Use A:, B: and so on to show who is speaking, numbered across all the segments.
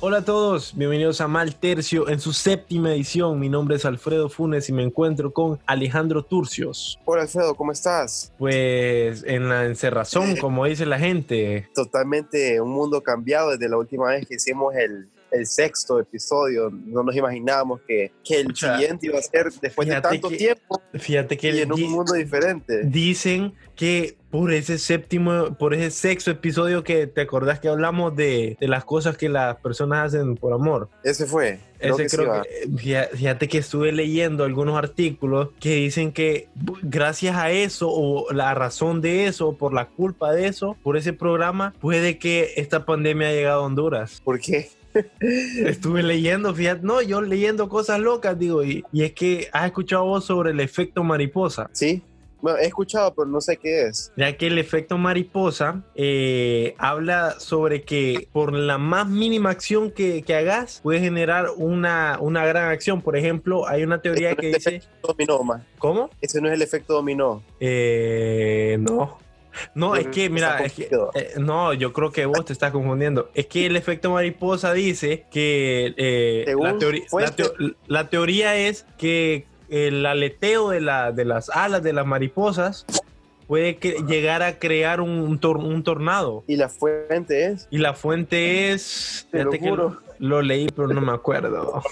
A: Hola a todos, bienvenidos a Mal Tercio en su séptima edición. Mi nombre es Alfredo Funes y me encuentro con Alejandro Turcios.
B: Hola Alfredo, ¿cómo estás?
A: Pues en la encerrazón,
B: Eh.
A: como dice la gente.
B: Totalmente un mundo cambiado desde la última vez que hicimos el, el sexto episodio. No nos imaginábamos que, que el
A: Pucha,
B: siguiente iba a ser después de
A: fíjate
B: tanto
A: que-
B: tiempo
A: Fíjate que
B: y en
A: di-
B: un mundo diferente.
A: dicen que por ese séptimo, por ese sexto episodio que te acordás que hablamos de, de las cosas que las personas hacen por amor.
B: Ese fue. Creo
A: Ese
B: que sí
A: creo
B: va.
A: que- fía- fíjate que estuve leyendo algunos artículos que dicen que bu- gracias a eso o la razón de eso, o por la culpa de eso, por ese programa, puede que esta pandemia haya llegado a Honduras.
B: ¿Por qué?
A: Estuve leyendo, fíjate, no, yo leyendo cosas locas, digo, y, y es que has escuchado vos sobre el efecto mariposa.
B: Sí. Bueno, he escuchado, pero no sé qué es.
A: Ya que el efecto mariposa eh, habla sobre que por la más mínima acción que, que hagas puede generar una, una gran acción. Por ejemplo, hay una teoría que dice...
B: Dominó más.
A: ¿Cómo?
B: Ese no es el efecto dominó.
A: Eh, no. No,
B: Yo
A: es
B: creo
A: que,
B: que
A: mira,
B: está
A: es que-
B: confundido.
A: eh, no, yo creo que vos te estás confundiendo. Es que el efecto mariposa dice que eh,
B: Según
A: la, teoría- la
B: fuente-
A: teo- la teoría es que el aleteo de, la, de las alas de las mariposas puede que- llegar a crear un, un tor- un tornado.
B: Y la fuente es.
A: Y la fuente es...
B: Te lo
A: fíjate que
B: juro.
A: lo leí, pero no me acuerdo.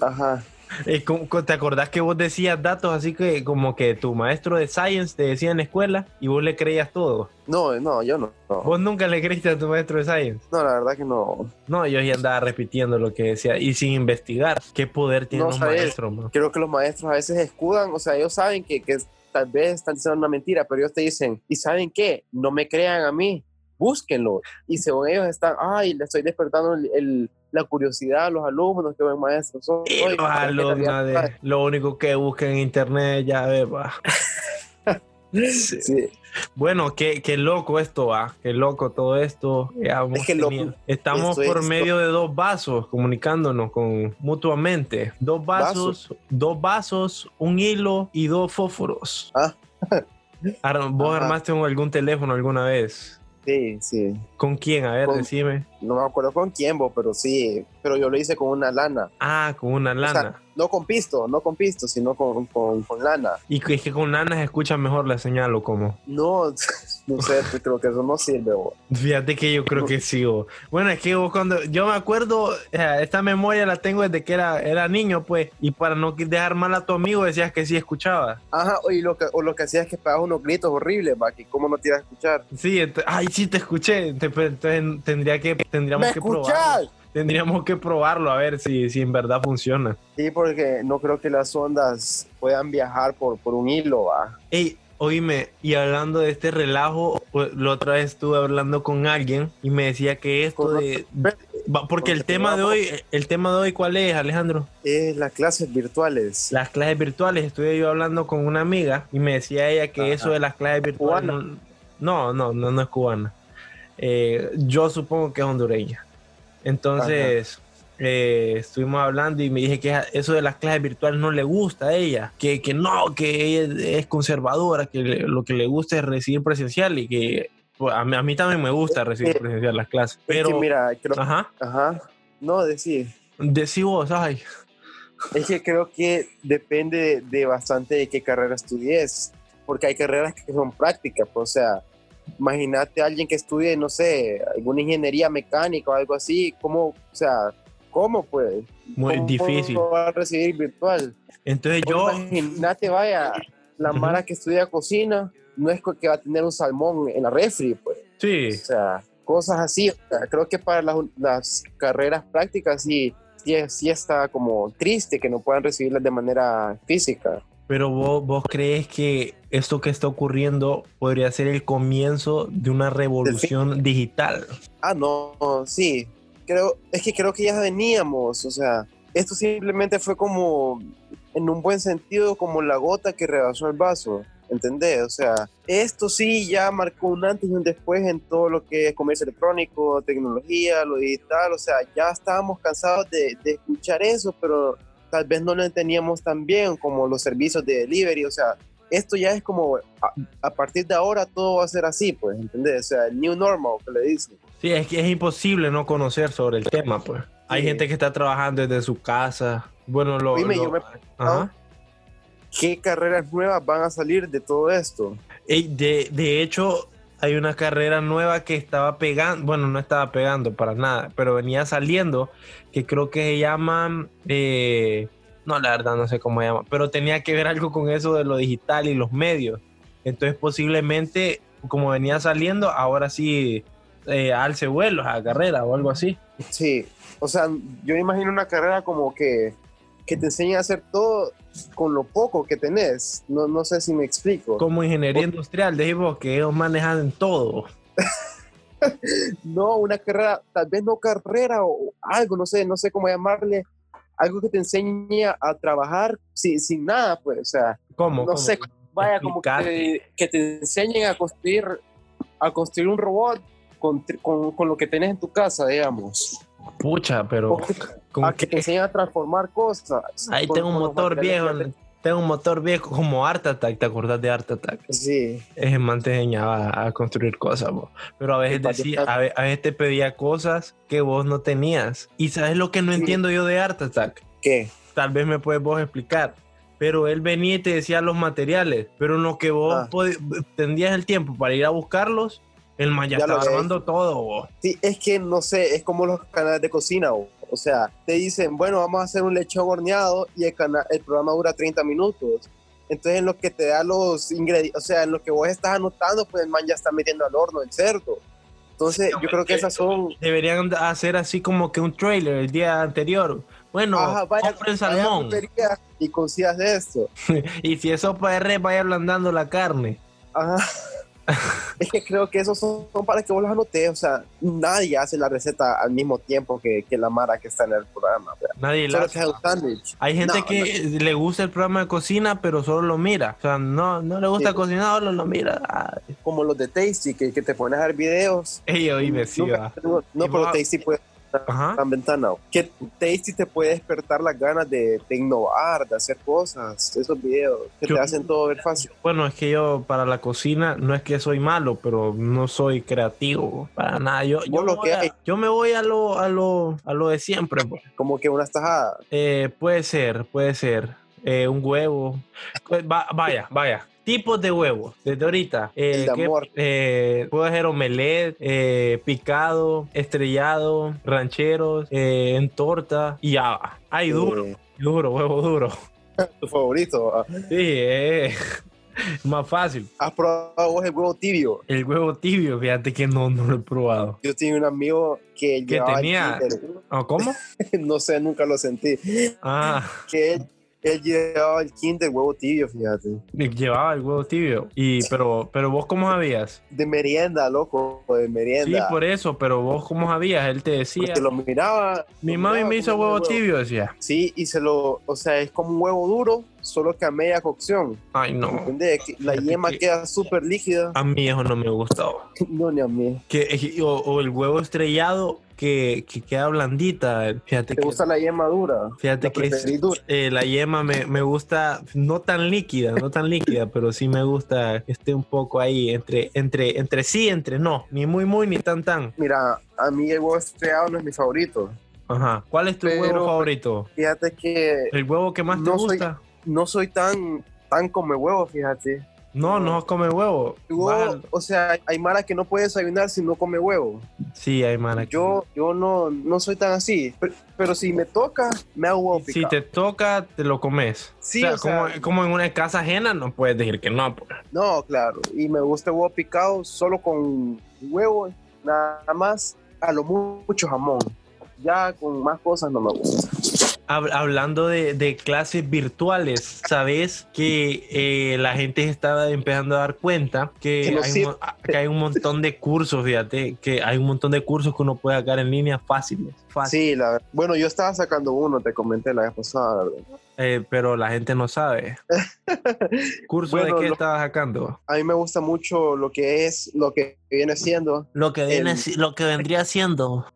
B: Ajá.
A: Eh, ¿cómo- cómo- ¿Te acordás que vos decías datos así que como que tu maestro de science te decía en la escuela y vos le creías todo?
B: No, no, yo no. No,
A: Vos nunca le creíste a tu maestro de science.
B: No, la verdad que no.
A: No, yo ya andaba repitiendo lo que decía y sin investigar qué poder tienen
B: No
A: los
B: sabés.
A: maestros. man?
B: Creo que los maestros a veces escudan, o sea, ellos saben que, que tal vez están diciendo una mentira, pero ellos te dicen, ¿y saben qué? No me crean a mí, búsquenlo. Y según ellos están, ay, le estoy despertando el- el- la curiosidad a los alumnos que ven maestros. Soy,
A: Y
B: soy-
A: los alumnos de-
B: Ay,
A: lo único que buscan en internet ya ve, va. Sí.
B: sí.
A: Bueno, qué, qué loco esto va, qué loco todo esto. Ya hemos
B: Es que loco.
A: tenido- Estamos
B: Esto
A: por
B: es-
A: medio de dos vasos comunicándonos con mutuamente. Dos vasos, dos vasos, un hilo y dos fósforos.
B: Ah.
A: Ar- ¿Vos
B: Ajá.
A: armaste un- algún teléfono alguna vez?
B: sí, sí.
A: ¿Con quién? A ver,
B: Con-
A: decime.
B: No me acuerdo con quién, bo, pero sí, pero yo lo hice con una lana.
A: Ah, con una
B: sea,
A: lana.
B: No con pisto, no con pisto, sino con, con, con lana.
A: y que- es que con lana se escucha mejor la señal o cómo.
B: No, no sé, creo que eso no sirve. bo.
A: Fíjate que yo creo que sí. vos. Bueno, es que vos cuando yo me acuerdo, eh, esta memoria la tengo desde que era, era niño, pues, y para no que- dejar mal a tu amigo decías que sí escuchaba.
B: Ajá, o y lo que, o lo que hacía es que pegabas unos gritos horribles, va, que cómo no te iba a escuchar.
A: Sí, ent- ay, sí te escuché. Te- pero Entonces tendría que, tendríamos que probarlo. Tendríamos que probarlo a ver si, si en verdad funciona.
B: Sí, porque no creo que las ondas puedan viajar por, por un hilo, va.
A: Ey, oíme, y hablando de este relajo, pues, la otra vez estuve hablando con alguien y me decía que esto
B: Con
A: de... va- Porque el
B: con otro
A: tema de
B: relajo.
A: hoy, el tema de hoy, ¿cuál es, Alejandro?
B: Es las clases virtuales.
A: las clases virtuales. Estuve yo hablando con una amiga y me decía ella que
B: Ajá.
A: eso de las clases virtuales.
B: ¿Cubana?
A: No, no, no, no es cubana. Eh, yo supongo que es hondureña. Entonces, eh, estuvimos hablando y me dije que eso de las clases virtuales no le gusta a ella. Que, que no, que ella es conservadora, que le- lo que le gusta es recibir presencial y que pues, a, mí, a mí también me gusta recibir
B: que-
A: presencial las clases.
B: Pero,
A: Pero, Ah.
B: mira, creo-
A: ajá,
B: ajá. No, decir,
A: decí vos, ay,
B: es que creo que depende de, de bastante de qué carrera estudies, porque hay carreras que son prácticas, pues, o sea, imagínate a alguien que estudie, no sé, alguna ingeniería mecánica o algo así, ¿cómo, o sea, cómo pues?
A: muy
B: ¿Cómo
A: difícil.
B: va a recibir virtual?
A: Entonces yo...
B: Yo, imagínate, vaya, la
A: Ujú.
B: Mara que estudia cocina no es co- que va a tener un salmón en la refri, pues.
A: Sí.
B: O sea, cosas así. O sea, creo que para las, las carreras prácticas sí, sí, es- sí está como triste que no puedan recibirlas de manera física.
A: Pero vos, vos crees que esto que está ocurriendo podría ser el comienzo de una revolución digital.
B: Ah, no, sí. Creo, es que creo que ya veníamos, o sea, esto simplemente fue como, en un buen sentido, como la gota que rebasó el vaso, ¿entendés? O sea, esto sí ya marcó un antes y un después en todo lo que es comercio electrónico, tecnología, lo digital, o sea, ya estábamos cansados de, de escuchar eso, pero tal vez no lo entendíamos tan bien como los servicios de delivery, o sea, esto ya es como, a, a, partir de ahora todo va a ser así, pues, ¿entendés? O sea, el new normal que le dicen.
A: Sí, es que es imposible no conocer sobre el tema, pues. Hay sí. gente que está trabajando desde su casa. Bueno, lo...
B: Dime,
A: lo
B: yo me... Ajá. ¿Qué carreras nuevas van a salir de todo esto?
A: Ey, de, de hecho, hay una carrera nueva que estaba pegando, bueno, no estaba pegando para nada, pero venía saliendo, que creo que se llama, eh, no, la verdad no sé cómo se llama, pero tenía que ver algo con eso de lo digital y los medios. Entonces posiblemente, como venía saliendo, ahora sí eh, alce vuelos a la carrera o algo así.
B: Sí, o sea, yo imagino una carrera como que, que te enseña a hacer todo con lo poco que tenés. No, no sé si me explico.
A: Como ingeniería o... industrial, dijimos que ellos manejan todo.
B: no, una carrera, tal vez no carrera o algo, no sé, no sé cómo llamarle. Algo que te enseñe a trabajar sin, sin nada, pues, o sea.
A: ¿Cómo?
B: No
A: cómo?
B: sé, vaya, Explicate. como que, que, te enseñen a construir, a construir un robot con, con, con lo que tenés en tu casa, digamos.
A: Pucha, pero.
B: ¿con a Ah, que te enseñan a transformar cosas.
A: Ahí tengo un motor viejo. Te... Tengo un motor viejo como Art Attack. ¿Te acordás de Art Attack?
B: Sí.
A: Es más te enseñaba a construir cosas, vos. Pero a veces, decía, a, veces, a, veces te pedía cosas que vos no tenías. ¿Y sabes lo que no sí. entiendo yo de Art Attack?
B: ¿Qué?
A: Tal vez me puedes vos explicar. Pero él venía y te decía los materiales. Pero en lo que vos ah. pod... tendrías el tiempo para ir a buscarlos, el man ya, ya está armando todo, bo.
B: Sí, es que no sé, es como los canales de cocina, bo. O sea, te dicen, bueno, vamos a hacer un lechón horneado y el, el programa dura 30 minutos. Entonces, en lo que te da los ingredientes, o sea, en lo que vos estás anotando, pues el man ya está metiendo al horno el cerdo. Entonces, sí, yo creo que esas son.
A: Deberían hacer así como que un trailer el día anterior. Bueno, Ajá, vaya, compren salmón.
B: Vaya y consigas de esto.
A: y si es sopa de res, vaya ablandando la carne.
B: Ajá Ah. es que creo que esos son, son para que vos los anotes. O sea, nadie hace la receta al mismo tiempo que, que la Mara que está en el programa. ¿verdad?
A: Nadie
B: solo
A: la hace.
B: Sándwich.
A: Hay gente no, que no. le gusta el programa de cocina, pero solo lo mira. O sea, no, no le gusta sí. cocinar, solo lo mira. Ay.
B: Como los de Tasty, que, que, te pones a ver videos.
A: Ey, oíme, sí,
B: Nunca, no, no, pero va? Tasty puede Ajá. la ventana. Que Tasty te puede despertar las ganas de, de innovar, de hacer cosas, esos videos que yo, te hacen todo ver fácil.
A: Bueno, es que yo para la cocina no es que soy malo, pero no soy creativo para nada. Yo, yo, me, voy a, yo me voy a lo, a lo, a lo de siempre. Pues.
B: Como que unas tajadas.
A: Eh, puede ser, puede ser. Eh, un huevo. Pues, Va, vaya, vaya tipos de huevos desde ahorita.
B: Eh, el de amor.
A: Eh, puedo hacer omelet, eh, picado, estrellado, rancheros, eh, en torta y ya. Ay, duro, duro, huevo duro.
B: Eh, Tu favorito.
A: Sí, eh. Más fácil.
B: ¿Has probado vos el huevo tibio?
A: El huevo tibio, fíjate que no, no lo he probado.
B: Yo tenía un amigo que,
A: que tenía. ¿Oh, ¿Cómo?
B: no sé, nunca lo sentí.
A: Ah.
B: Que él él llevaba el kinder huevo tibio, fíjate.
A: Llevaba el huevo tibio. Y pero, pero vos cómo sabías?
B: De merienda, loco, de merienda.
A: Sí, pues, por eso, pero vos cómo sabías, él te decía.
B: Porque lo miraba.
A: Mi
B: lo
A: mami
B: miraba
A: me hizo huevo, huevo, tibio, decía.
B: Sí, y se lo, o sea, es como un huevo duro, solo que a media cocción.
A: Ay, no.
B: ¿Entendés? La yema que queda súper líquida.
A: A mí eso no me gustaba.
B: no, ni a mí.
A: Que, eh, o, o el huevo estrellado que, que, queda blandita. eh. Fíjate
B: ¿Te
A: que,
B: gusta la yema dura?
A: Fíjate
B: la
A: que es, eh, la yema me, me, gusta, no tan líquida, no tan líquida, pero sí me gusta que esté un poco ahí, entre, entre, entre sí, entre no, ni muy, muy, ni tan, tan.
B: Mira, a mí el huevo estrellado no es mi favorito.
A: Ajá. ¿Cuál es tu pero, huevo favorito?
B: Fíjate que.
A: ¿El huevo que más
B: no
A: te gusta?
B: Soy, no soy tan, tan come huevo, fíjate.
A: No, no come huevo.
B: huevo o sea, hay maras que no puede desayunar si no come huevo.
A: Sí, hay maras.
B: Yo, yo no, no soy tan así. Pero, pero, si me toca, me hago huevo
A: picado. Si te toca, te lo comes.
B: Sí, o sea, o
A: como,
B: sea,
A: como, en una casa ajena, no puedes decir que no. Pues.
B: No, claro. Y me gusta el huevo picado solo con huevo, nada más, a lo mucho jamón. Ya con más cosas no me gusta
A: hablando de, de, clases virtuales, sabes que eh, la gente estaba empezando a dar cuenta que,
B: que, no
A: hay,
B: sirve,
A: que, que hay un montón de cursos, fíjate, que hay un montón de cursos que uno puede sacar en línea fáciles. fáciles.
B: Sí, la, bueno, yo estaba sacando uno, te comenté la vez pasada, ¿verdad?
A: Eh, pero la gente no sabe. ¿Curso
B: Bueno,
A: de qué
B: lo-
A: estabas sacando?
B: A mí me gusta mucho lo que es, lo que viene siendo
A: Lo que, viene
B: El-
A: si- lo que vendría siendo.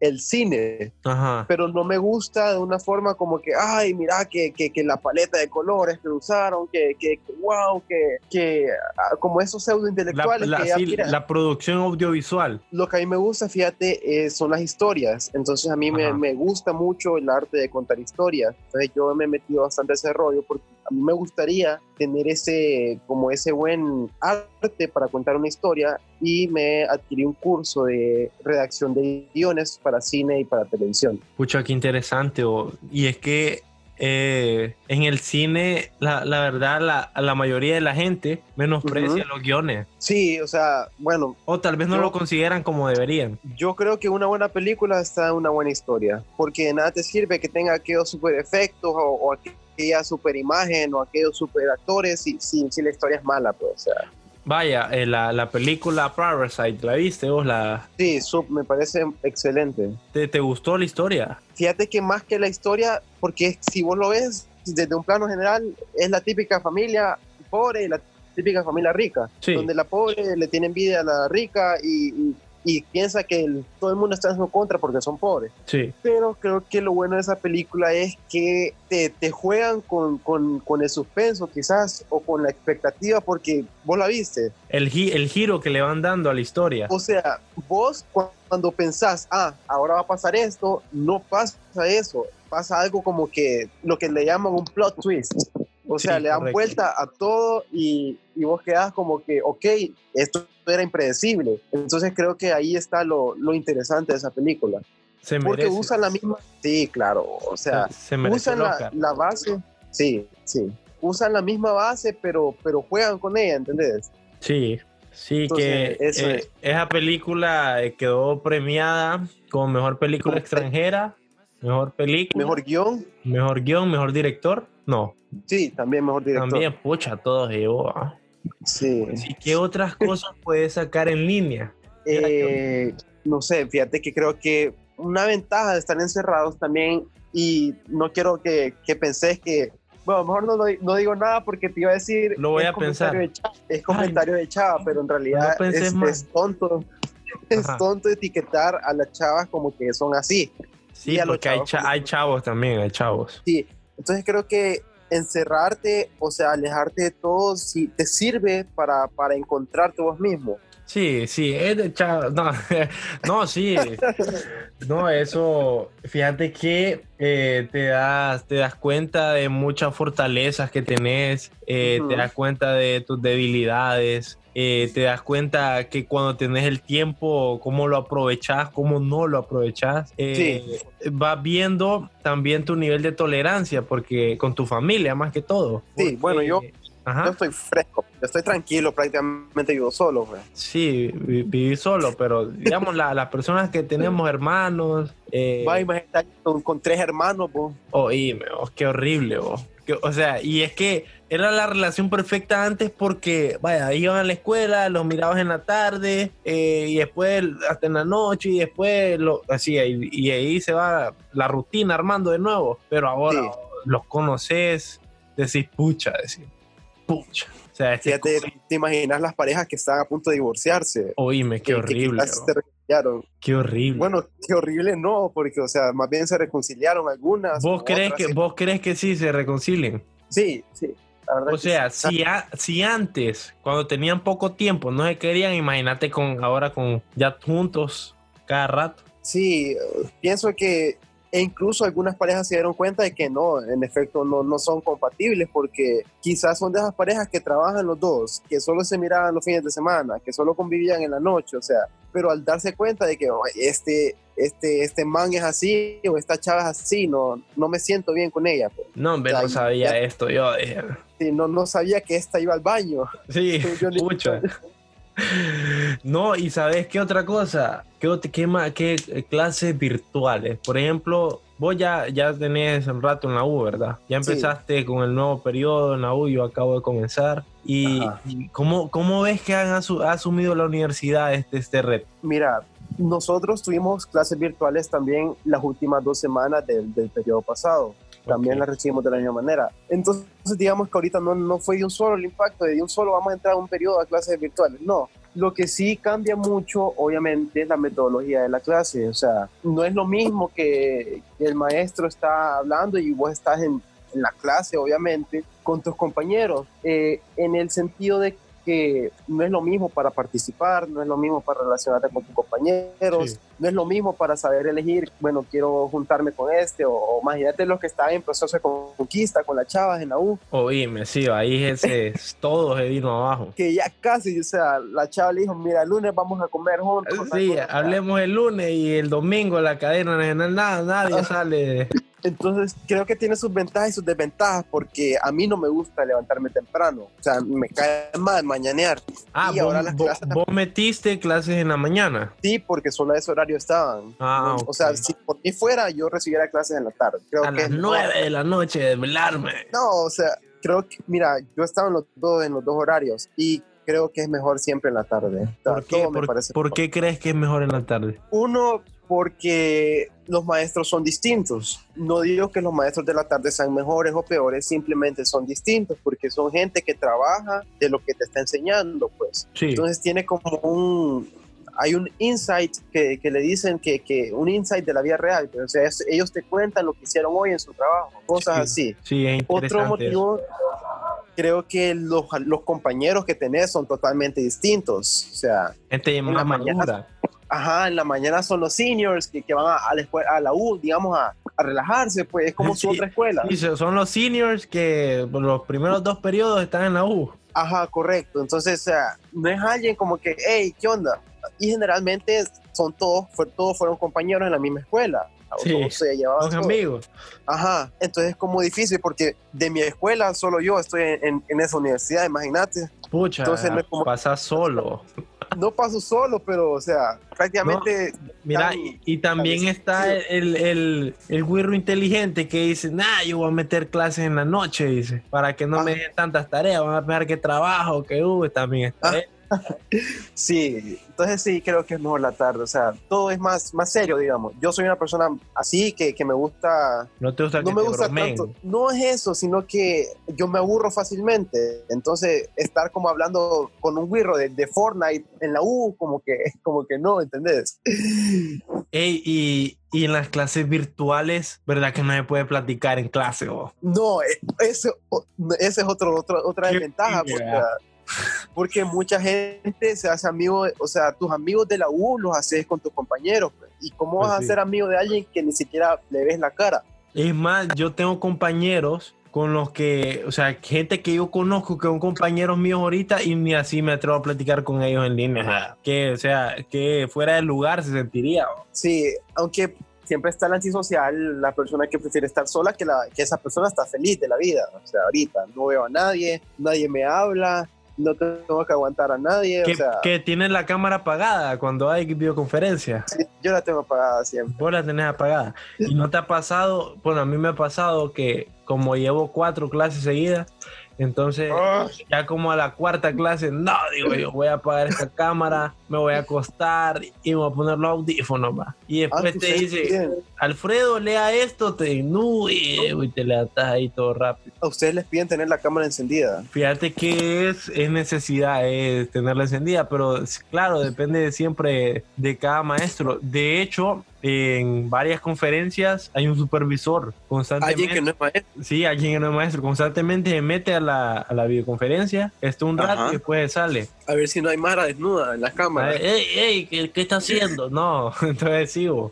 B: el cine,
A: Ajá.
B: pero no me gusta de una forma como que, ay, mira, que, que, que la paleta de colores que usaron, que, que, que wow, que, que ah, como esos pseudo
A: La,
B: intelectuales
A: la-
B: que ya
A: sí,
B: tiran.
A: la producción audiovisual.
B: lo que a mí me gusta, fíjate, eh, son las historias. Entonces a mí me,
A: Ajá.
B: me gusta mucho el arte de contar historias. Entonces yo me he metido bastante a ese rollo porque a mí me gustaría tener ese, como ese buen arte para contar una historia y me adquirí un curso de redacción de guiones para cine y para televisión.
A: Pucha, qué interesante. o- Y es que eh, en el cine, la, la verdad, la, la mayoría de la gente menosprecia los guiones.
B: Sí, o sea, bueno,
A: O tal vez no
B: Yo-
A: lo consideran como deberían.
B: yo creo que una buena película está en una buena historia, porque de nada te sirve que tenga aquellos super efectos o, o aquella super imagen o aquellos super actores si, si, si la historia es mala, pues. O sea,
A: Vaya, eh, la, la película Parasite, ¿la viste vos? La,
B: sí, su- me parece excelente.
A: te, te gustó la historia?
B: Fíjate que más que la historia, porque es- si vos lo ves desde un plano general, es la típica familia pobre y la típica familia rica,
A: Sí.
B: donde la pobre le tiene envidia a la rica y, y- y piensa que el- todo el mundo está en su contra porque son pobres.
A: Sí.
B: pero creo que lo bueno de esa película es que te, te juegan con, con- con el suspenso quizás o con la expectativa porque vos la viste.
A: El, gi- el giro que le van dando a la historia.
B: O sea, vos cu- cuando pensás, ah, ahora va a pasar esto, no pasa eso, pasa algo como que lo que le llaman un plot twist. O sea,
A: Sí,
B: le dan
A: correcto.
B: vuelta a todo y, y vos quedás como que, ok, esto era impredecible. Entonces creo que ahí está lo, lo interesante de esa película.
A: Se
B: Porque
A: merece.
B: usan la misma... Sí, claro, o sea...
A: se, se merece
B: usan
A: el
B: la,
A: Oscar.
B: la base, sí, sí, usan la misma base, pero, pero juegan con ella, ¿entendés?
A: Sí, sí,
B: Entonces,
A: que
B: eso
A: eh,
B: es.
A: esa película eh, quedó premiada como mejor película extranjera, mejor película, mejor,
B: Mejor guión,
A: guión, mejor director. No,
B: sí, también mejor director.
A: también, pucha, todo se llevó. ¿ah?
B: Sí.
A: ¿Y qué otras cosas puedes sacar en línea?
B: Eh, no sé, fíjate que creo que una ventaja de estar encerrados también, y no quiero que, que pensés que, bueno, mejor no, doy- no digo nada porque te iba a decir...
A: Lo voy
B: es
A: a pensar.
B: comentario de Chava, es comentario de Chava, pero en realidad
A: penses
B: es,
A: más.
B: es tonto. Es
A: Ajá.
B: tonto etiquetar a las chavas como que son así.
A: Sí,
B: y a los
A: porque hay,
B: chavos,
A: cha-
B: por
A: hay chavos también, hay chavos.
B: Sí, entonces creo que encerrarte, o sea, alejarte de todo, sí, te sirve para, para encontrarte vos mismo.
A: Sí, sí, es de chavos. No, no, sí. No, eso, fíjate que eh, te, das, te das cuenta de muchas fortalezas que tenés, eh,
B: Ujú.
A: te das cuenta de tus debilidades, eh, te das cuenta que cuando tenés el tiempo, cómo lo aprovechás, cómo no lo aprovechás. eh, Vas viendo también tu nivel de tolerancia, porque con tu familia más que todo.
B: Sí, bueno, yo-
A: Ajá.
B: Yo estoy fresco, yo estoy tranquilo, prácticamente yo solo. güey.
A: Sí, vi- viví solo, pero digamos, la- las personas que tenemos hermanos. Eh,
B: Va a imaginar con, con tres hermanos, vos.
A: Oíme, vos, oh, qué horrible, vos. Que- o sea, y es que era la relación perfecta antes porque, vaya, iban a la escuela, los mirabas en la tarde, eh, y después hasta en la noche, y después lo, así, y, y ahí se va la rutina armando de nuevo. Pero ahora
B: Sí.
A: los conoces, decís pucha, decís pucha. O sea, este
B: Fíjate,
A: cosa-
B: te imaginas las parejas que están a punto de divorciarse.
A: oíme, qué
B: que- que
A: horrible, Mm.
B: quizás
A: vos,
B: se reconciliaron.
A: qué horrible.
B: Bueno, qué horrible no, porque, o sea, más bien se reconciliaron algunas.
A: ¿Vos
B: u
A: crees,
B: otras,
A: que,
B: sí.
A: ¿Vos crees que sí se reconcilien?
B: Sí, sí. La verdad
A: O
B: que
A: sea,
B: sí.
A: si, a- si antes, cuando tenían poco tiempo, no se querían, imagínate con ahora con ya juntos cada rato.
B: Sí, eh, pienso que e incluso algunas parejas se dieron cuenta de que no, en efecto no, no son compatibles porque quizás son de esas parejas que trabajan los dos, que solo se miraban los fines de semana, que solo convivían en la noche, o sea, pero al darse cuenta de que "Oh, este, este, este man es así o esta chava es así, no, no me siento bien con ella, pues.
A: No, hombre,
B: Ya,
A: no sabía
B: ya.
A: esto, yo dije.
B: Sí, no, no sabía que esta iba al baño.
A: Sí,
B: Yo ni-
A: pucha. No, y sabes qué otra cosa, qué, ot- qué, ma- qué clases eh, virtuales. Por ejemplo, Vos ya, ya tenés un rato en la U, ¿verdad? Ya empezaste sí. con el nuevo periodo en la U, yo acabo de comenzar. ¿Y Ajá. cómo, cómo ves que han asu ha asumido la universidad este, este reto?
B: Mira, nosotros tuvimos clases virtuales también las últimas dos semanas del, del periodo pasado. También okay. las recibimos de la misma manera. Entonces, digamos que ahorita no, no fue de un solo el impacto, de un solo vamos a entrar a un periodo a clases virtuales. No, lo que sí cambia mucho, obviamente, es la metodología de la clase. O sea, no es lo mismo que el maestro está hablando y vos estás en, en la clase, obviamente, con tus compañeros, eh, en el sentido de que no es lo mismo para participar, no es lo mismo para relacionarte con tus compañeros, sí. no es lo mismo para saber elegir, bueno, quiero juntarme con este, o, o imagínate los que están en proceso de conquista con las chavas en la U.
A: Oíme, sí, ahí ese, todo se vino abajo.
B: Que ya casi, o sea, la chava le dijo, mira, el lunes vamos a comer juntos.
A: Sí, hablemos el lunes y el domingo la cadena nacional, nada, nadie sale.
B: Entonces, creo que tiene sus ventajas y sus desventajas, porque a mí no me gusta levantarme temprano. O sea, me cae mal mañanear.
A: Ah, y vos, ahora las vos, clases... vos, metiste clases en la mañana.
B: Sí, porque solo a ese horario estaban.
A: Ah, okay.
B: O sea, si por mí fuera, yo recibiera clases en la tarde. Creo
A: a
B: que
A: las nueve no. de la noche, desvelarme.
B: No, o sea, creo que, mira, yo estaba en los dos, en los dos horarios y creo que es mejor siempre en la tarde.
A: O sea, ¿Por, qué, por, ¿por qué crees que es mejor en la tarde?
B: Uno, porque los maestros son distintos. No digo que los maestros de la tarde sean mejores o peores, simplemente son distintos porque son gente que trabaja de lo que te está enseñando, pues.
A: Sí.
B: Entonces tiene como un... Hay un insight que, que le dicen que, que, un insight de la vida real, pero, o sea, es, ellos te cuentan lo que hicieron hoy en su trabajo, cosas
A: sí.
B: así.
A: Sí, es
B: Otro motivo, eso. creo que los, los, compañeros que tenés son totalmente distintos, o sea...
A: Gente Este más mañana
B: ajá, en la mañana son los seniors que, que van a, a, la escuela, a la U, digamos, a, a relajarse, pues es como sí, su otra escuela.
A: Sí, son los seniors que los primeros dos periodos están en la U.
B: Ajá, correcto. Entonces, uh, no es alguien como que, hey, ¿qué onda? Y generalmente son todos, fue, todos fueron compañeros en la misma escuela.
A: Sí, todos se llevaban los amigos.
B: Ajá, entonces es como difícil porque de mi escuela solo yo estoy en, en, en esa universidad, imagínate.
A: Pucha, entonces, no como... pasa solo
B: no paso solo, pero, o sea, prácticamente... No,
A: mira, y, y, también está el, el, el güiro inteligente que dice, nah, yo voy a meter clases en la noche, dice, para que no ah. me den tantas tareas, van a pensar que trabajo, que uh, también está ah.
B: Sí, entonces sí, creo que es mejor la tarde, o sea, todo es más, más serio, digamos. Yo soy una persona así que, que me gusta...
A: No te gusta
B: No
A: que
B: me
A: te
B: gusta bromen. tanto. No es eso, sino que yo me aburro fácilmente. Entonces, estar como hablando con un guirro de, de, Fortnite en la U, como que, como que no, ¿entendés?
A: Ey, y, y en las clases virtuales, ¿verdad que no se puede platicar en clase? Oh?
B: No, ese, ese es otro, otro otra desventaja, porque... Yeah porque mucha gente se hace amigo, o sea, tus amigos de la U los haces con tus compañeros. pues. ¿Y cómo vas sí. a ser amigo de alguien que ni siquiera le ves la cara?
A: Es más, yo tengo compañeros con los que, o sea, gente que yo conozco que son compañeros míos ahorita y ni así me atrevo a platicar con ellos en línea. Ajá. Que, o sea, que fuera del lugar se sentiría. oh. ¿o?
B: Sí, aunque siempre está el antisocial, la persona que prefiere estar sola, que, la, que esa persona está feliz de la vida. O sea, ahorita no veo a nadie, nadie me habla, no tengo que aguantar a nadie.
A: Que,
B: o sea,
A: que tienes la cámara apagada cuando hay videoconferencia.
B: Sí, yo la tengo apagada siempre.
A: Vos la tenés apagada. Y no te ha pasado, bueno, a mí me ha pasado que como llevo cuatro clases seguidas, entonces
B: Ah,
A: oh. ya como a la cuarta clase, no, digo yo, voy a apagar esta cámara, me voy a acostar y me voy a poner los audífonos. Va. Y después ah, te dice, bien. Alfredo, lea esto, te inúe, y te le atas ahí todo rápido.
B: ¿A ustedes les piden tener la cámara encendida?
A: Fíjate que es, es necesidad es tenerla encendida, pero claro, depende siempre de cada maestro. De hecho, en varias conferencias hay un supervisor constantemente.
B: Alguien que no es maestro.
A: Sí, alguien que no es maestro. Constantemente se mete a la, a la videoconferencia, está un rato Ajá. y después sale.
B: A ver si no hay Mara desnuda en la cámara.
A: Ver, ey, ey, ¿qué, ¿qué, está haciendo? No, entonces sigo.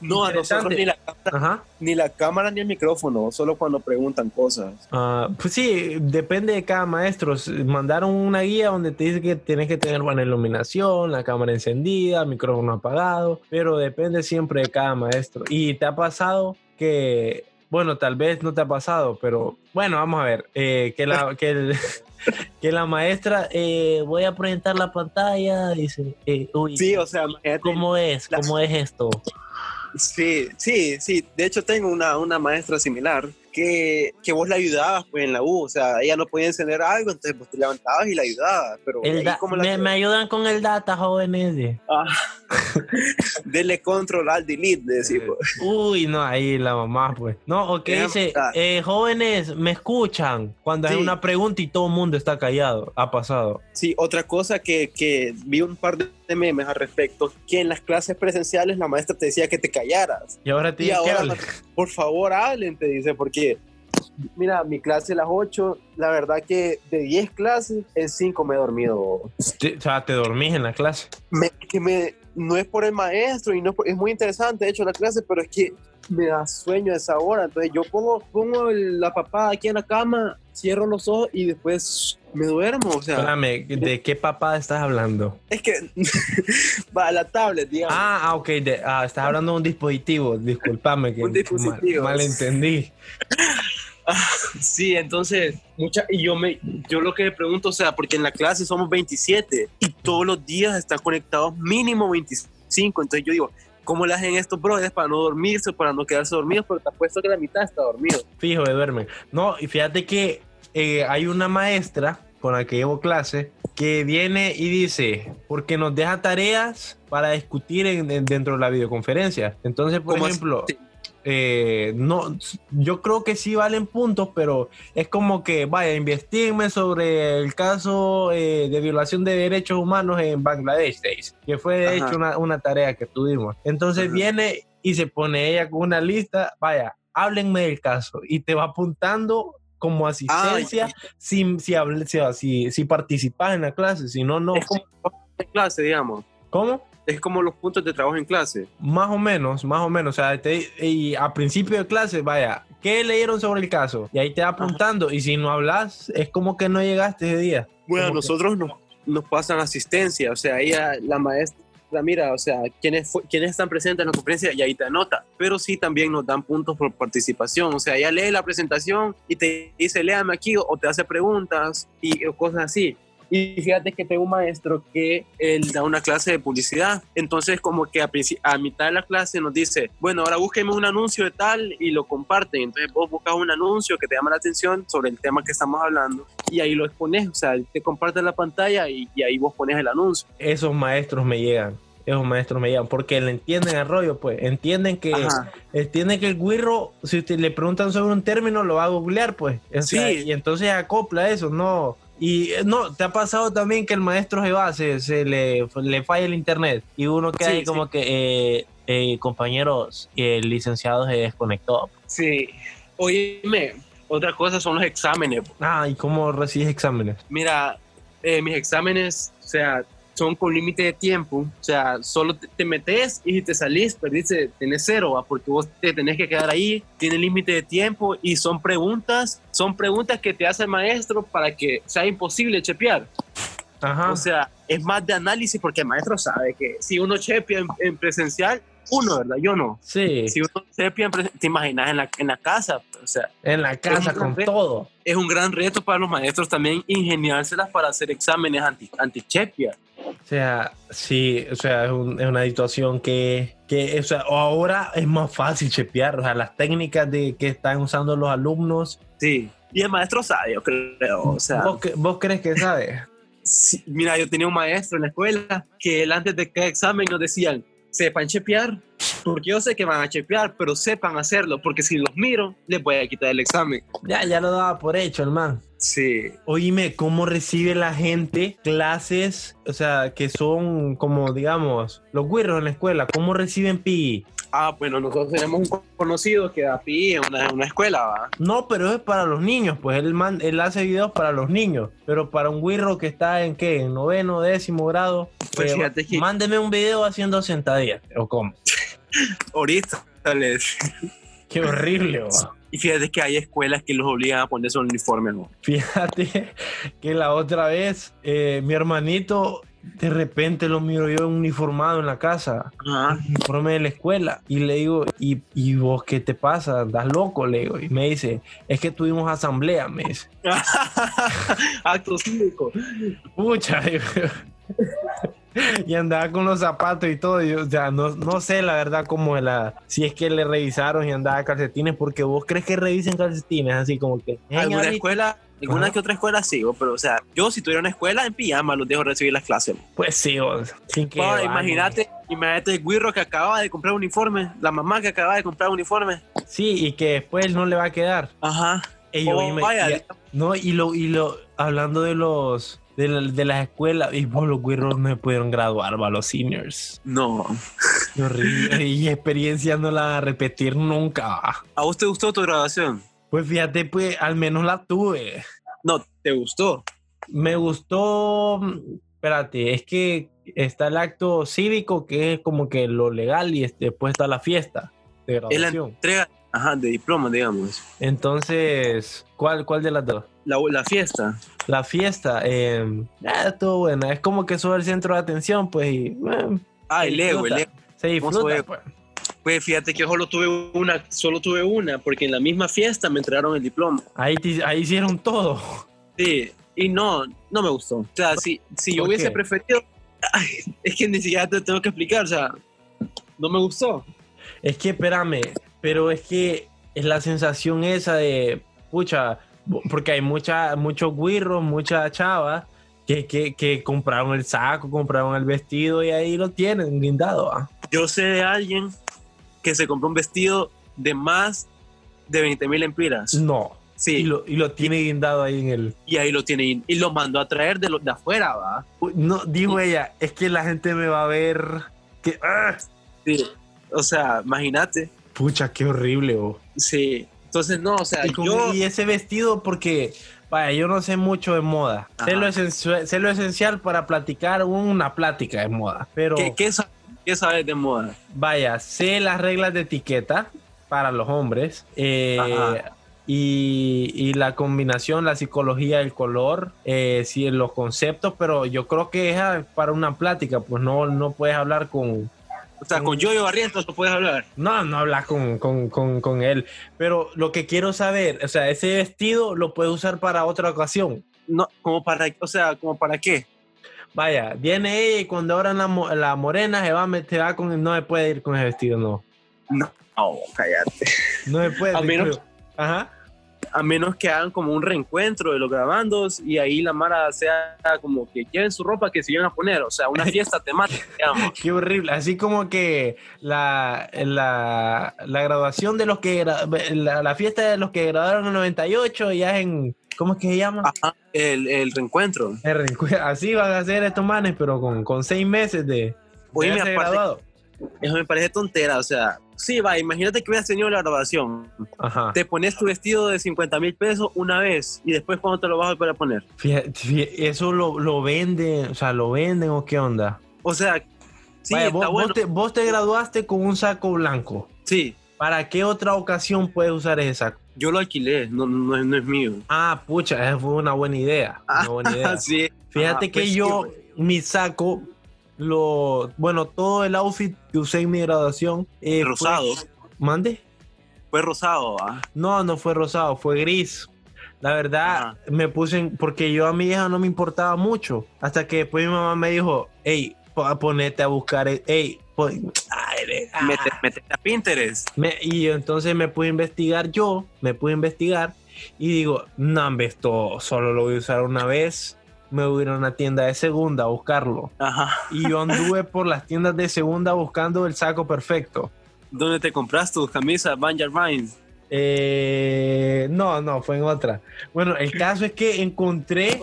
B: No, a nosotros ni la, cámara, ni la cámara ni el micrófono, solo cuando preguntan cosas.
A: Uh, pues sí, depende de cada maestro. Mandaron una guía donde te dice que tienes que tener buena iluminación, la cámara encendida, el micrófono apagado, pero depende siempre de cada maestro. Y te ha pasado que, bueno, tal vez no te ha pasado, pero bueno, vamos a ver, eh, que, la, que, el, que la maestra, eh, voy a proyectar la pantalla, dice, eh, uy,
B: sí, o sea,
A: ¿cómo es? ¿Cómo es esto?
B: Sí, sí, sí. De hecho, tengo una, una maestra similar que, que vos la ayudabas pues, en la U. O sea, ella no podía encender algo, entonces vos te levantabas y la ayudabas. Pero
A: El
B: ahí
A: da-
B: como la
A: me,
B: que-
A: me ayudan con el data, jóvenes.
B: Ah. Dele control al delete, le pues. decimos.
A: Uy, no, ahí la mamá, pues. No, o que
B: Era-
A: dice,
B: ah.
A: eh, jóvenes, me escuchan cuando hay
B: Sí.
A: una pregunta y todo el mundo está callado. Ha pasado.
B: Sí, otra cosa que, que vi un par de memes al respecto, que en las clases presenciales la maestra te decía que te callaras.
A: Y ahora
B: Y
A: tiene que
B: ahora,
A: hablar.
B: por favor, hablen, te dice, porque mira, mi clase a las 8, la verdad que de 10 clases, en 5 me he dormido.
A: Te- O sea, te dormís en la clase.
B: Me- que me, no es por el maestro y no es, por- es muy interesante, de hecho, la clase, pero es que me da sueño a esa hora. Entonces yo pongo, pongo el- la papada aquí en la cama, cierro los ojos y después me duermo.
A: Ah.
B: O sea,
A: Espérame, ¿de qué papá estás hablando?
B: es que va a la tablet, digamos.
A: Ah, ah, ok, de- ah, estás hablando de un dispositivo. Disculpame que
B: Un dispositivo.
A: Mal, malentendí.
B: Sí, entonces, mucha, y yo, me, yo lo que me pregunto, o sea, porque en la clase somos 27 y todos los días están conectados mínimo 25, entonces yo digo, ¿cómo le hacen estos brothers para no dormirse, para no quedarse dormidos? Pero te apuesto que la mitad está dormido.
A: Fijo, de duermen. No, y fíjate que eh, hay una maestra con la que llevo clase que viene y dice, porque nos deja tareas para discutir en- en- dentro de la videoconferencia. Entonces, por
B: ¿Cómo así?
A: ejemplo, eh, no, yo creo que sí valen puntos, pero es como que, vaya, investiguenme sobre el caso eh, de violación de derechos humanos en Bangladesh, te dice, que fue de
B: Ajá.
A: hecho una, una tarea que tuvimos. Entonces
B: Ajá.
A: viene y se pone ella con una lista, vaya, háblenme del caso y te va apuntando como asistencia si, si, habl- si, si, si participas en la clase, si no, no.
B: Es como en clase, digamos.
A: ¿Cómo?
B: Es como los puntos de trabajo en clase.
A: Más o menos, más o menos. O sea, te- y a principio de clase, vaya, ¿qué leyeron sobre el caso? Y ahí te va apuntando. Y si no hablas, es como que no llegaste ese día.
B: Bueno, a
A: Como que-
B: nosotros nos, nos pasan asistencia, o sea, ella, la maestra, mira, o sea, quienes, fu- quienes están presentes en la conferencia y ahí te anota, pero sí también nos dan puntos por participación, o sea, ella lee la presentación y te dice, léame aquí, o, o te hace preguntas y o cosas así. Y fíjate que tengo un maestro que él da una clase de publicidad. Entonces, como que a, princi- a mitad de la clase nos dice, bueno, ahora búsquenme un anuncio de tal y lo comparten. Entonces, vos buscas un anuncio que te llama la atención sobre el tema que estamos hablando y ahí lo expones. O sea, te comparten la pantalla y, y ahí vos pones el anuncio.
A: Esos maestros me llegan. Esos maestros me llegan. Porque le entienden el rollo, pues. Entienden que,
B: Ajá.
A: entienden Eh, que el guirro, si te- le preguntan sobre un término, lo va a googlear, pues. O sea,
B: Sí.
A: Y entonces acopla eso, no. Y eh, no, te ha pasado también que el maestro se va, se, se le, le falla el internet y uno queda
B: Sí,
A: ahí como que, eh, eh, compañeros, el licenciado se desconectó.
B: Sí. Oíme, otra cosa son los exámenes. po.
A: Ah, ¿y cómo recibes exámenes?
B: Mira, eh, mis exámenes, o sea, son con límite de tiempo. O sea, solo te, te metes y si te salís, perdiste, tenés cero, va, porque vos te tenés que quedar ahí, tiene límite de tiempo y son preguntas, son preguntas que te hace el maestro para que sea imposible chepear.
A: Ajá.
B: O sea, es más de análisis porque el maestro sabe que si uno chepia en, en presencial, uno, ¿verdad? Yo no.
A: sí,
B: Si uno chepia, en presen- te imaginas en la, en la casa. O sea,
A: en la casa
B: una
A: con
B: vez-
A: todo.
B: es un gran reto para los maestros también ingeniárselas para hacer exámenes anti, anti-chepia.
A: O sea, sí, o sea, es, un- es una situación que, que o sea, ahora es más fácil chepear, o sea, las técnicas de, que están usando los alumnos.
B: Sí. Y el maestro sabe, yo creo. O sea,
A: ¿Vos, cre- vos crees que sabes?
B: sí, mira, yo tenía un maestro en la escuela que él antes de cada examen nos decían, sepan chepear, porque yo sé que van a chepear, pero sepan hacerlo, porque si los miro, les voy a quitar el examen.
A: Ya, ya lo daba por hecho, el man.
B: Sí.
A: Oíme, ¿cómo recibe la gente clases, o sea, que son como, digamos, los güiros en la escuela? ¿Cómo reciben PI?
B: Ah, bueno, nosotros tenemos un conocido que da PI en una, en una escuela, ¿va?
A: No, pero es para los niños, pues él, man- él hace videos para los niños, pero para un güirro que está en qué, en noveno, décimo grado,
B: Pues
A: eh,
B: fíjate que-
A: mándeme un video haciendo sentadillas, o cómo.
B: Ahorita les-
A: Qué horrible, va.
B: Y fíjate que hay escuelas que los obligan a ponerse un uniforme, ¿no?
A: Fíjate que la otra vez eh, mi hermanito, de repente lo miro yo uniformado en la casa,
B: Ajá.
A: uniforme de la escuela, y le digo, ¿y, y vos qué te pasa? ¿Estás loco? Le digo, y me dice, es que tuvimos asamblea, me dice.
B: Acto cívico.
A: Pucha, digo. y andaba con los zapatos y todo. Y, o sea, no, no sé la verdad cómo la. Si es que le revisaron y andaba calcetines, porque vos crees que revisen calcetines, así como que. "Ey,
B: ¿Alguna
A: Ari".
B: escuela? Alguna
A: Ajá.
B: que otra escuela sigo, pero o sea, yo si tuviera una escuela en pijama los dejo recibir las clases.
A: Pues sí, vos. Sin que.
B: Pa,
A: bañen.
B: imagínate, imagínate el guirro que acababa de comprar uniforme, la mamá que acababa de comprar uniforme.
A: Sí, y que después no le va a quedar.
B: Ajá.
A: Ey, yo
B: Oh,
A: vi- me-
B: vaya,
A: y-
B: ahorita-
A: no, y lo, y lo, hablando de los. De, la- de las escuelas, y vos los güiros no se pudieron graduar, va, los seniors.
B: No.
A: Qué horrible. y experiencia no la van a repetir nunca. va.
B: ¿A vos te gustó tu graduación?
A: Pues fíjate, pues al menos la tuve.
B: No, ¿te gustó?
A: Me gustó, mm, espérate, es que está el acto cívico que es como que lo legal y es- después está la fiesta de
B: Es la
A: graduación.
B: entrega, ajá, de diploma, digamos.
A: Entonces, ¿cuál, cuál de las dos?
B: La, la fiesta.
A: La fiesta, eh, ah, estuvo buena, es como que sos el centro de atención, pues, y eh,
B: Ah,
A: se
B: el ego, el
A: disfruta,
B: ego.
A: Se disfruta,
B: ego.
A: pues.
B: Pues fíjate que yo solo tuve una, solo tuve una, porque en la misma fiesta me entregaron el diploma.
A: Ahí, te- ahí hicieron todo.
B: Sí, y no, no me gustó. O sea, si, si yo
A: ¿Por
B: hubiese
A: qué?
B: preferido, Ay, es que ni siquiera te tengo que explicar, o sea, no me gustó.
A: Es que espérame, pero es que es la sensación esa de, pucha, bo- porque hay mucha, muchos guirros, muchas chavas que, que, que compraron el saco, compraron el vestido y ahí lo tienen ¿ah? blindado. ¿va?
B: Yo sé de alguien que se compró un vestido de más de 20 mil empiras.
A: No.
B: Sí,
A: Mm, Y lo, y lo tiene guindado ahí en el...
B: y ahí lo tiene y- y lo mandó a traer de, lo, de afuera, va.
A: Uy, No, dijo ella, es que la gente me va a ver... Que, ¡Ah!
B: Sí, o sea, imagínate.
A: Pucha, qué horrible. bo.
B: Sí, entonces no, o sea,
A: Y, con-
B: yo,
A: y ese vestido porque, vaya, yo no sé mucho de moda. Sé
B: Ajá.
A: lo, esencio- sé lo esencial para platicar una plática de moda. Pero...
B: ¿qué, qué sa- qué sabes de moda?
A: Vaya, sé las reglas de etiqueta para los hombres eh,
B: Ajá.
A: y, y la combinación, la psicología del color, eh, sí, los conceptos, pero yo creo que es ah, para una plática, pues no, no puedes hablar con...
B: O sea, con Yoyo Barrientos no puedes hablar.
A: No, no hablas con, con- con- con él, pero lo que quiero saber, o sea, ese vestido lo puedes usar para otra ocasión.
B: No, como para, o sea, como para qué.
A: Vaya, viene ella y cuando ahora la, mo- la morena se va, a meter- se va con... No se puede ir con ese vestido, no.
B: No, cállate.
A: No se puede.
B: A menos-
A: incluyo. Ajá.
B: a menos que hagan como un reencuentro de los grabandos y ahí la Mara sea como que lleven su ropa que se iban a poner, o sea, una fiesta temática, digamos.
A: Qué horrible. Así como que la, la, la graduación de los que gra- la, la fiesta de los que graduaron en 98 ya es en ¿cómo es que se llama?
B: Ajá, el, el reencuentro.
A: En Rincue- Así van a ser estos manes, pero con, con seis meses de, de
B: Oye,
A: haberse
B: aparte-
A: graduado.
B: Eso me parece tontera, o sea, sí, va, imagínate que hubieras tenido la grabación.
A: Ajá.
B: Te pones tu vestido de 50 mil pesos una vez y después cuando te lo vas a volver a poner.
A: Fíjate, fíjate, eso lo, lo venden, o sea, lo venden o qué onda.
B: O sea, sí,
A: Vaya,
B: está
A: vos, vos
B: bueno.
A: te, vos te graduaste con un saco blanco.
B: Sí,
A: ¿Para qué otra ocasión puedes usar ese saco?
B: yo lo alquilé, no, no, es- no es mío.
A: Ah, pucha, esa fue una buena idea. Una buena idea.
B: Ah, sí.
A: Fíjate
B: Ajá,
A: que
B: pues sí,
A: yo,
B: güey.
A: mi saco, lo, bueno, todo el outfit que usé en mi graduación. eh, fue-
B: rosado,
A: ¿Mande?
B: fue rosado, ah. va.
A: No, no fue rosado, fue gris. La verdad,
B: Ajá.
A: me puse en, porque yo a mi hija no me importaba mucho. Hasta que después mi mamá me dijo, hey, ponete a buscar, eh, hey, pon- ay, de- ah".
B: Mete- Metete a Pinterest.
A: Me- y yo entonces me pude investigar yo, me pude investigar y digo, no, hombre, esto solo lo voy a usar una vez. Me voy a ir a una tienda de segunda a buscarlo.
B: Ajá.
A: y yo anduve por las tiendas de segunda buscando el saco perfecto.
B: ¿Dónde te compras tus camisas, Banja Vines?
A: Eh, no, no, fue en otra. Bueno, el caso es que encontré,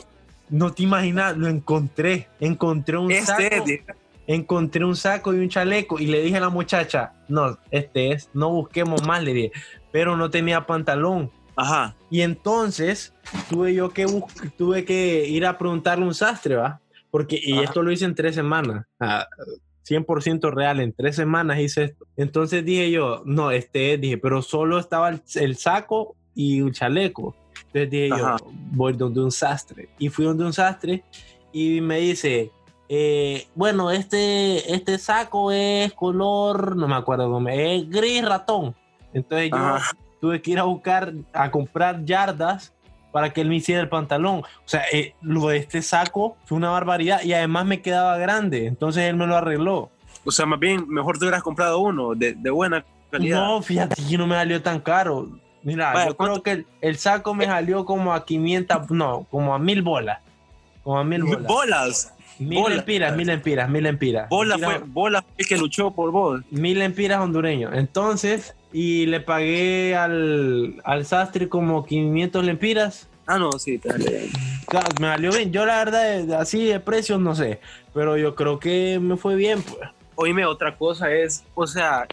A: no te imaginas, lo encontré. Encontré un
B: Este,
A: saco.
B: di-
A: Encontré un saco y un chaleco y le dije a la muchacha, no, este es, no busquemos más, le dije, pero no tenía pantalón.
B: ajá,
A: Y entonces tuve yo que, bus- tuve que ir a preguntarle a un sastre, ¿va? Porque, y
B: Ajá.
A: esto lo hice en tres semanas, a 100% real, en tres semanas hice esto. Entonces dije yo, no, este es", dije, pero solo estaba el, el saco y un chaleco. Entonces dije
B: Ajá.
A: yo, voy donde un sastre. Y fui donde un sastre y me dice, eh, bueno, este, este saco es color, no me acuerdo cómo, es es gris ratón. Entonces yo
B: Ajá.
A: tuve que ir a buscar, a comprar yardas para que él me hiciera el pantalón. O sea, eh, lo de este saco fue una barbaridad y además me quedaba grande, entonces él me lo arregló.
B: O sea, más bien, mejor te hubieras comprado uno de, de buena calidad.
A: No, fíjate que no me salió tan caro. Mira,
B: Vaya,
A: yo
B: ¿cuánto? Eh.
A: creo que el, el saco me salió como a 500, no, como a mil bolas. Como a mil bolas.
B: bolas.
A: mil
B: bolas.
A: empiras, mil empiras, mil empiras.
B: Bola
A: Mira,
B: fue, bola fue el que luchó por vos.
A: mil empiras hondureños. Entonces, y le pagué al, al sastre como 500 lempiras.
B: Ah, no, sí, dale.
A: Claro, me salió bien. Yo la verdad, de- de- así de precios, no sé. Pero yo creo que me fue bien, pues.
B: Oíme, otra cosa es, o sea,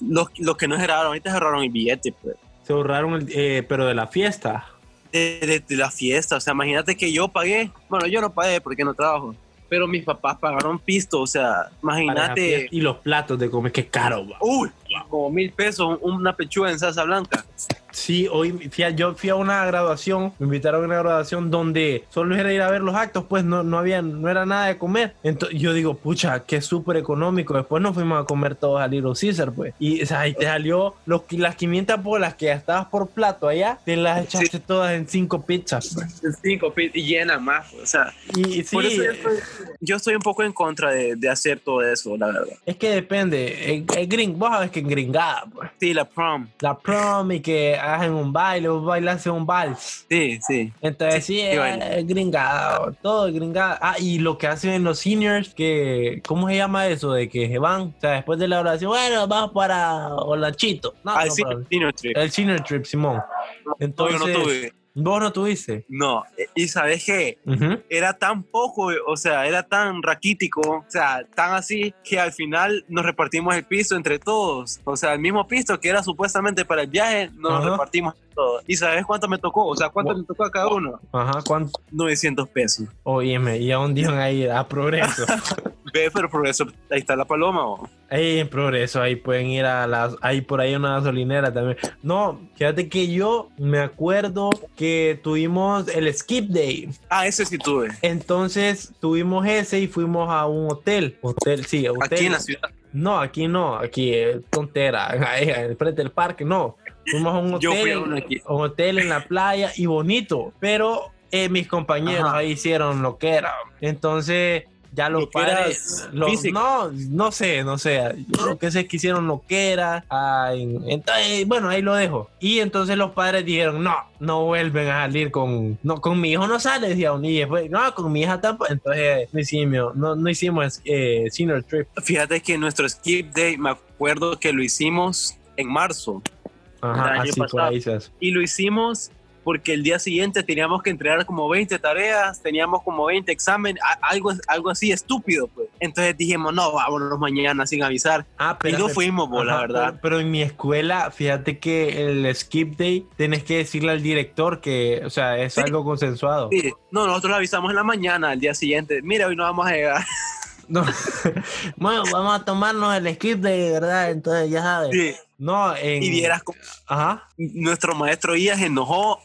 B: los, los que no cerraron, ahorita cerraron el billete, pues.
A: Se ahorraron, el- eh, pero de la fiesta.
B: De, de- de la fiesta, o sea, imagínate que yo pagué, bueno, yo no pagué porque no trabajo, pero mis papás pagaron pisto, o sea,
A: para la
B: imagínate,
A: fiesta Y los platos de comer, qué caro, va.
B: uy, como mil pesos una pechuga en salsa blanca.
A: Sí, hoy fui a- yo fui a una graduación, me invitaron a una graduación donde solo era ir a ver los actos, pues no, no había, no era nada de comer. Entonces yo digo, pucha, que súper económico. Después nos fuimos a comer todos al Little Caesar, pues. Y o sea, ahí te salió los, qui- las 500 bolas que gastabas por plato allá, te las echaste todas en cinco pizzas, pues.
B: Cinco pi- y llena más, o sea,
A: Y sí,
B: por eso yo estoy, yo estoy un poco en contra de, de hacer todo eso, la verdad.
A: es que depende. En, en gring, vos sabés que en gringada, pues.
B: Sí, la prom,
A: La prom y que hagan un baile, vos bailás en un vals.
B: sí, sí.
A: Entonces sí,
B: Sí, sí,
A: es
B: bueno.
A: es gringado, todo es gringado. Ah, y lo que hacen los seniors, que, ¿cómo se llama eso? De que se van, o sea, después de la oración, bueno, vamos para Olanchito. No, no,
B: Ah, sí,
A: para-
B: senior trip.
A: el senior trip, Simón.
B: No, yo
A: Entonces,
B: no tuve.
A: vos no tuviste.
B: No, y sabes qué,
A: Ujú.
B: era tan poco, o sea, era tan raquítico, o sea, tan así que al final nos repartimos el piso entre todos. O sea, el mismo piso que era supuestamente para el viaje, nos lo
A: Ajá.
B: repartimos todos. ¿Y sabes cuánto me tocó? O sea, ¿cuánto
A: Wow.
B: me tocó a cada uno?
A: Ajá, ¿cuánto?
B: 900 pesos.
A: Óyeme, y aún dieron ahí a progreso.
B: Ve, pero por eso ahí está la paloma. o.
A: Ahí en progreso, ahí pueden ir a las. Hay por ahí una gasolinera también. No, fíjate que yo me acuerdo que tuvimos el skip day.
B: Ah, ese sí tuve.
A: Entonces tuvimos ese y fuimos a un hotel. Hotel, sí, hotel.
B: Aquí en la ciudad.
A: No, aquí no, aquí eh, tontera, ahí, al frente del parque, no. Fuimos a un hotel,
B: Yo fui a uno aquí.
A: a un hotel en la playa y bonito, pero eh, mis compañeros
B: Ajá.
A: ahí hicieron lo que era. Entonces ya los
B: Lo que era
A: padres, lo-
B: físico.
A: no, no sé, no sé, lo que sé es que hicieron lo que era. Ah, Ay, entonces, eh, bueno, ahí lo dejo. Y entonces los padres dijeron, no, no vuelven a salir con, no, con mi hijo no sale, decían, y después, no, con mi hija tampoco. Entonces eh, no hicimos, no, no hicimos eh, senior trip.
B: Fíjate que nuestro skip day, me acuerdo que lo hicimos en marzo. El
A: Ajá,
B: año
A: así por
B: pasado.
A: ahí se hace.
B: y lo hicimos porque el día siguiente teníamos que entregar como 20 tareas, teníamos como 20 exámenes, a- algo, algo así estúpido, pues. Entonces dijimos, no, vámonos mañana sin avisar.
A: Ah,
B: Y
A: pero
B: no fuimos, bo, la verdad.
A: Pero, pero en mi escuela, fíjate que el skip day tenés que decirle al director que, o sea, es
B: Sí.
A: algo consensuado.
B: Sí. No, nosotros lo avisamos en la mañana, al día siguiente. Mira, hoy no vamos a llegar.
A: No. bueno, vamos a tomarnos el skip day, ¿verdad? Entonces, ya sabes.
B: Sí.
A: No, en.
B: Y vieras cómo
A: Ajá.
B: nuestro maestro Díaz se enojó,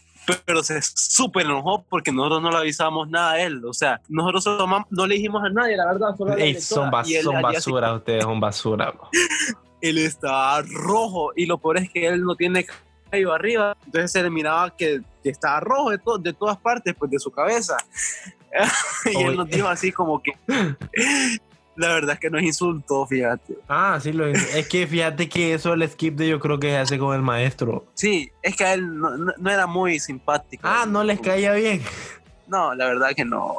B: pero se súper enojó porque nosotros no le avisamos nada a él. O sea, nosotros solo mam- no le dijimos a nadie, la verdad. Solo a la
A: Ey,
B: directora.
A: son bas-
B: Y él
A: son
B: al día
A: basura, ustedes son basura. bo.
B: él estaba rojo y lo peor es que él no tiene cabello arriba, entonces se le miraba que, que estaba rojo de, to- de todas partes, pues de su cabeza. y
A: Oy.
B: él nos dijo así como que... La verdad es que nos insultó, fíjate.
A: Ah, sí, lo Es que fíjate que eso el skip day yo creo que se hace con el maestro.
B: Sí, es que a él no, no- no era muy simpático.
A: Ah, no les caía bien.
B: No, la verdad que no.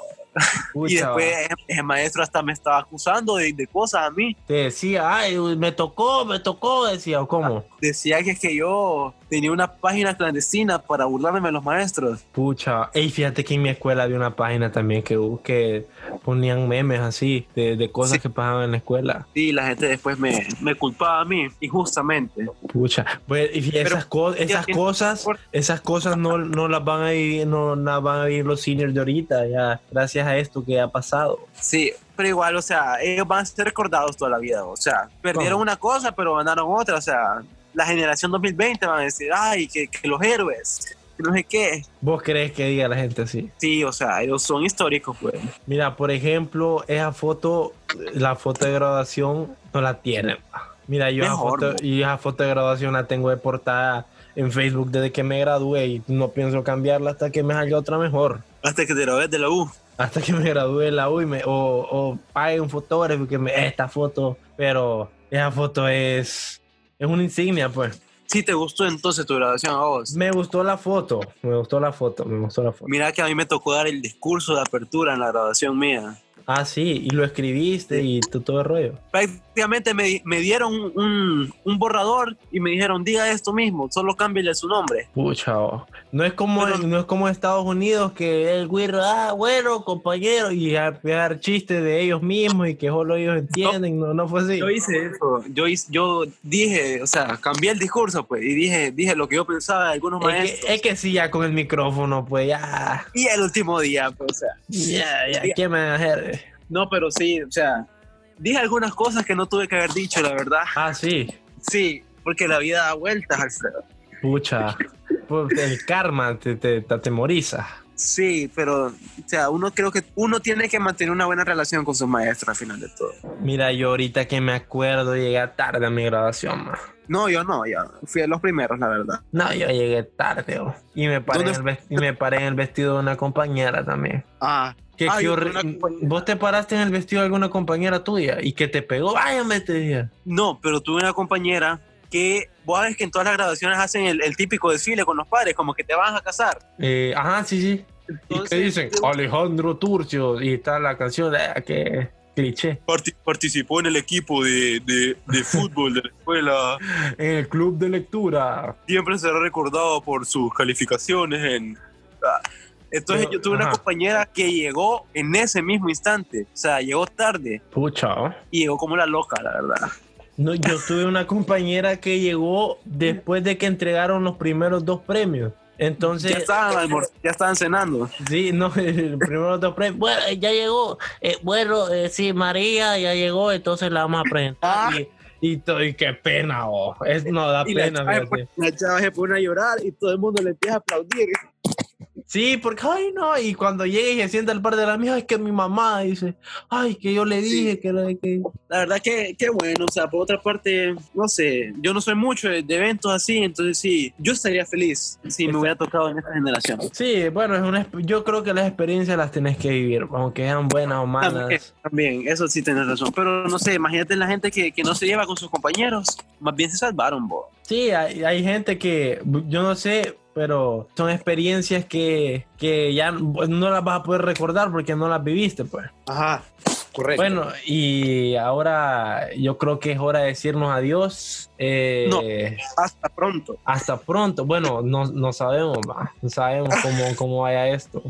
B: y
A: Pucha,
B: después el, el maestro hasta me estaba acusando de, de cosas a mí.
A: Te decía, ay, uy, me tocó, me tocó, decía, ¿o cómo?
B: Decía que es que yo tenía una página clandestina para burlarme de los maestros.
A: Pucha, ey, fíjate que en mi escuela había una página también que, que ponían memes así de, de cosas
B: Sí.
A: que pasaban en la escuela.
B: Sí, la gente después me, me culpaba a mí, injustamente.
A: Pucha, pues, y fí- esas, co- esas
B: que-
A: cosas, esas cosas no, no las van a vivir, no las van a vivir los seniors de ahorita, ya, gracias a esto que ha pasado.
B: Sí, pero igual, o sea, ellos van a ser recordados toda la vida. O sea, perdieron
A: Ajá.
B: una cosa, pero ganaron otra. O sea, la generación 2020 van a decir, ay, que, que los héroes, que no sé qué.
A: ¿Vos crees que diga la gente así?
B: Sí, o sea, ellos son históricos, pues.
A: Mira, por ejemplo, esa foto, la foto de graduación no la tienen. pa. Mira, yo, esa
B: Mejor,
A: foto,
B: bo.
A: y esa foto de graduación la tengo de portada en Facebook desde que me gradué y no pienso cambiarla hasta que me salga otra mejor.
B: Hasta que te lo ves de la U.
A: Hasta que me gradúe en la U y me, o, o pague un fotógrafo que me esta foto, pero esa foto es, es una insignia, pues.
B: Sí, te gustó entonces tu graduación a vos.
A: Me gustó la foto, me gustó la foto, me gustó la foto.
B: Mira que a mí me tocó dar el discurso de apertura en la graduación mía.
A: Ah, sí, y lo escribiste y tú todo el rollo.
B: Prácticamente me, me dieron un, un, un borrador y me dijeron, diga esto mismo, solo cámbiale su nombre.
A: Pucha, oh. no es como
B: Pero-
A: no es como Estados Unidos que el güiro, ah, bueno, compañero, y a pegar chistes de ellos mismos y que solo ellos entienden, no, no, fue así.
B: Yo hice eso, yo, hice- yo dije, o sea, cambié el discurso, pues, y dije, dije lo que yo pensaba de algunos
A: Es
B: maestros.
A: que, es que sí, ya con el micrófono, pues ya,
B: Y el último día, pues, o sea,
A: ya, ya, ¿qué me van a hacer?
B: no, pero sí, o sea, dije algunas cosas que no tuve que haber dicho, la verdad.
A: Ah, sí,
B: Sí, porque la vida da vueltas, Alfredo.
A: pucha, Pues, el karma te, te, te atemoriza.
B: Sí, pero, o sea, uno creo que uno tiene que mantener una buena relación con sus maestros al final de todo.
A: Mira, yo ahorita que me acuerdo llegué tarde a mi graduación, ma.
B: No, yo no, yo fui de los primeros, la verdad.
A: No, yo llegué tarde, oh. y, me paré en
B: ¿Dónde
A: el vest- y me paré en el vestido de una compañera también.
B: Ah,
A: Que,
B: Ah,
A: que
B: yo
A: horri-
B: con una compañera.
A: Vos te paraste en el vestido de alguna compañera tuya y que te pegó, váyame, te dije.
B: no, pero tuve una compañera que, vos sabes que en todas las graduaciones hacen el, el típico desfile con los padres, como que te vas a casar.
A: Eh, ajá, sí, sí. y te
B: Entonces,
A: dicen,
B: yo-
A: Alejandro Turcio, y está la canción, eh, que cliché.
B: Parti- participó en el equipo de, de- de fútbol de la escuela.
A: En el club de lectura.
B: Siempre será recordado por sus calificaciones en... Ah, Entonces
A: Pero-
B: yo tuve una
A: ajá.
B: compañera que llegó en ese mismo instante, o sea, llegó tarde
A: Pucha, oh.
B: y llegó como la loca, la verdad.
A: No, yo tuve una compañera que llegó después de que entregaron los primeros dos premios. Entonces, eh,
B: ya, estaban almor- ya estaban cenando.
A: Sí, no, el primero dos premios. Bueno, eh, ya llegó. Eh, bueno, eh, sí, María ya llegó, entonces la vamos a presentar. Y, y, to- y qué pena, oh. Es, no, da
B: Ah. Y la
A: pena. fíjate.
B: pues. chava se pone- la chava se pone a llorar y todo el mundo le empieza a aplaudir.
A: Sí, porque, ay, no. Y cuando llega y se sienta al par de la mía, es que mi mamá dice, ay, que yo le dije que, la- que...
B: la verdad que, que bueno, o sea, por otra parte, no sé, yo no soy mucho de, de eventos así, entonces sí, yo estaría feliz si me hubiera tocado en esta generación.
A: Sí, bueno, es una, exp- yo creo que las experiencias las tenés que vivir, aunque sean buenas o
B: También,
A: malas.
B: también, eso sí tienes razón, pero no sé, imagínate la gente que, que no se lleva con sus compañeros, más bien se salvaron, vos.
A: Sí, hay, hay gente que, yo no sé, pero son experiencias que, que ya no las vas a poder recordar porque no las viviste, pues.
C: Ajá, correcto.
A: Bueno, y ahora yo creo que es hora de decirnos adiós. Eh,
B: No. Hasta pronto.
A: Hasta pronto. Bueno, no, no sabemos, va. no sabemos cómo, cómo vaya esto.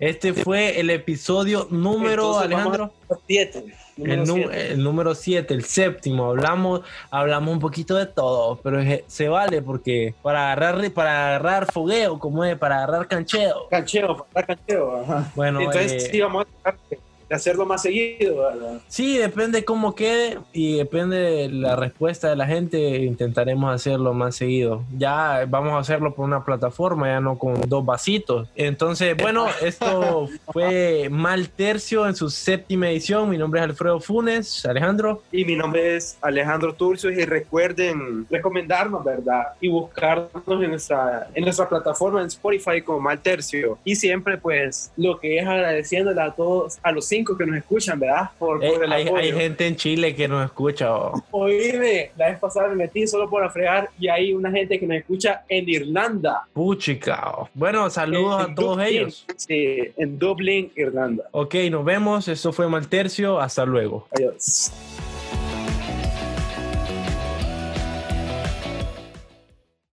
A: Este fue el episodio número,
B: Entonces,
A: Alejandro,
B: Siete.
A: el, nu- el número 7, el séptimo. Hablamos, hablamos un poquito de todo, pero es- se vale porque para agarrar, para agarrar fogueo, como es, para agarrar cancheo.
C: Cancheo, para cancheo. Ajá.
A: Bueno,
C: Entonces
A: eh,
C: sí vamos a tratar de- de hacerlo más seguido. ¿verdad?
A: Sí, depende cómo quede y depende de la respuesta de la gente. Intentaremos hacerlo más seguido. Ya vamos a hacerlo por una plataforma, ya no con dos vasitos. Entonces, bueno, esto fue Mal Tercio en su séptima edición. Mi nombre es Alfredo Funes. Alejandro,
C: Y mi nombre es Alejandro Turcios y recuerden recomendarnos, ¿verdad? Y buscarnos en nuestra, en nuestra plataforma en Spotify como Mal Tercio. Y siempre, pues, lo que es agradeciéndole a todos, a los cinco que nos escuchan, ¿verdad? Por,
A: eh,
C: por el
A: hay,
C: apoyo.
A: hay gente en Chile que nos escucha. oh.
C: Oíme, la vez pasada me metí solo por fregar y hay una gente que nos escucha en Irlanda.
A: Puchica. oh. Bueno, saludos
C: En
A: a todos
C: Dublín.
A: ellos.
C: Sí, en Dublín, Irlanda.
A: Ok, nos vemos. Esto fue Mal Tercio. Hasta luego.
C: Adiós.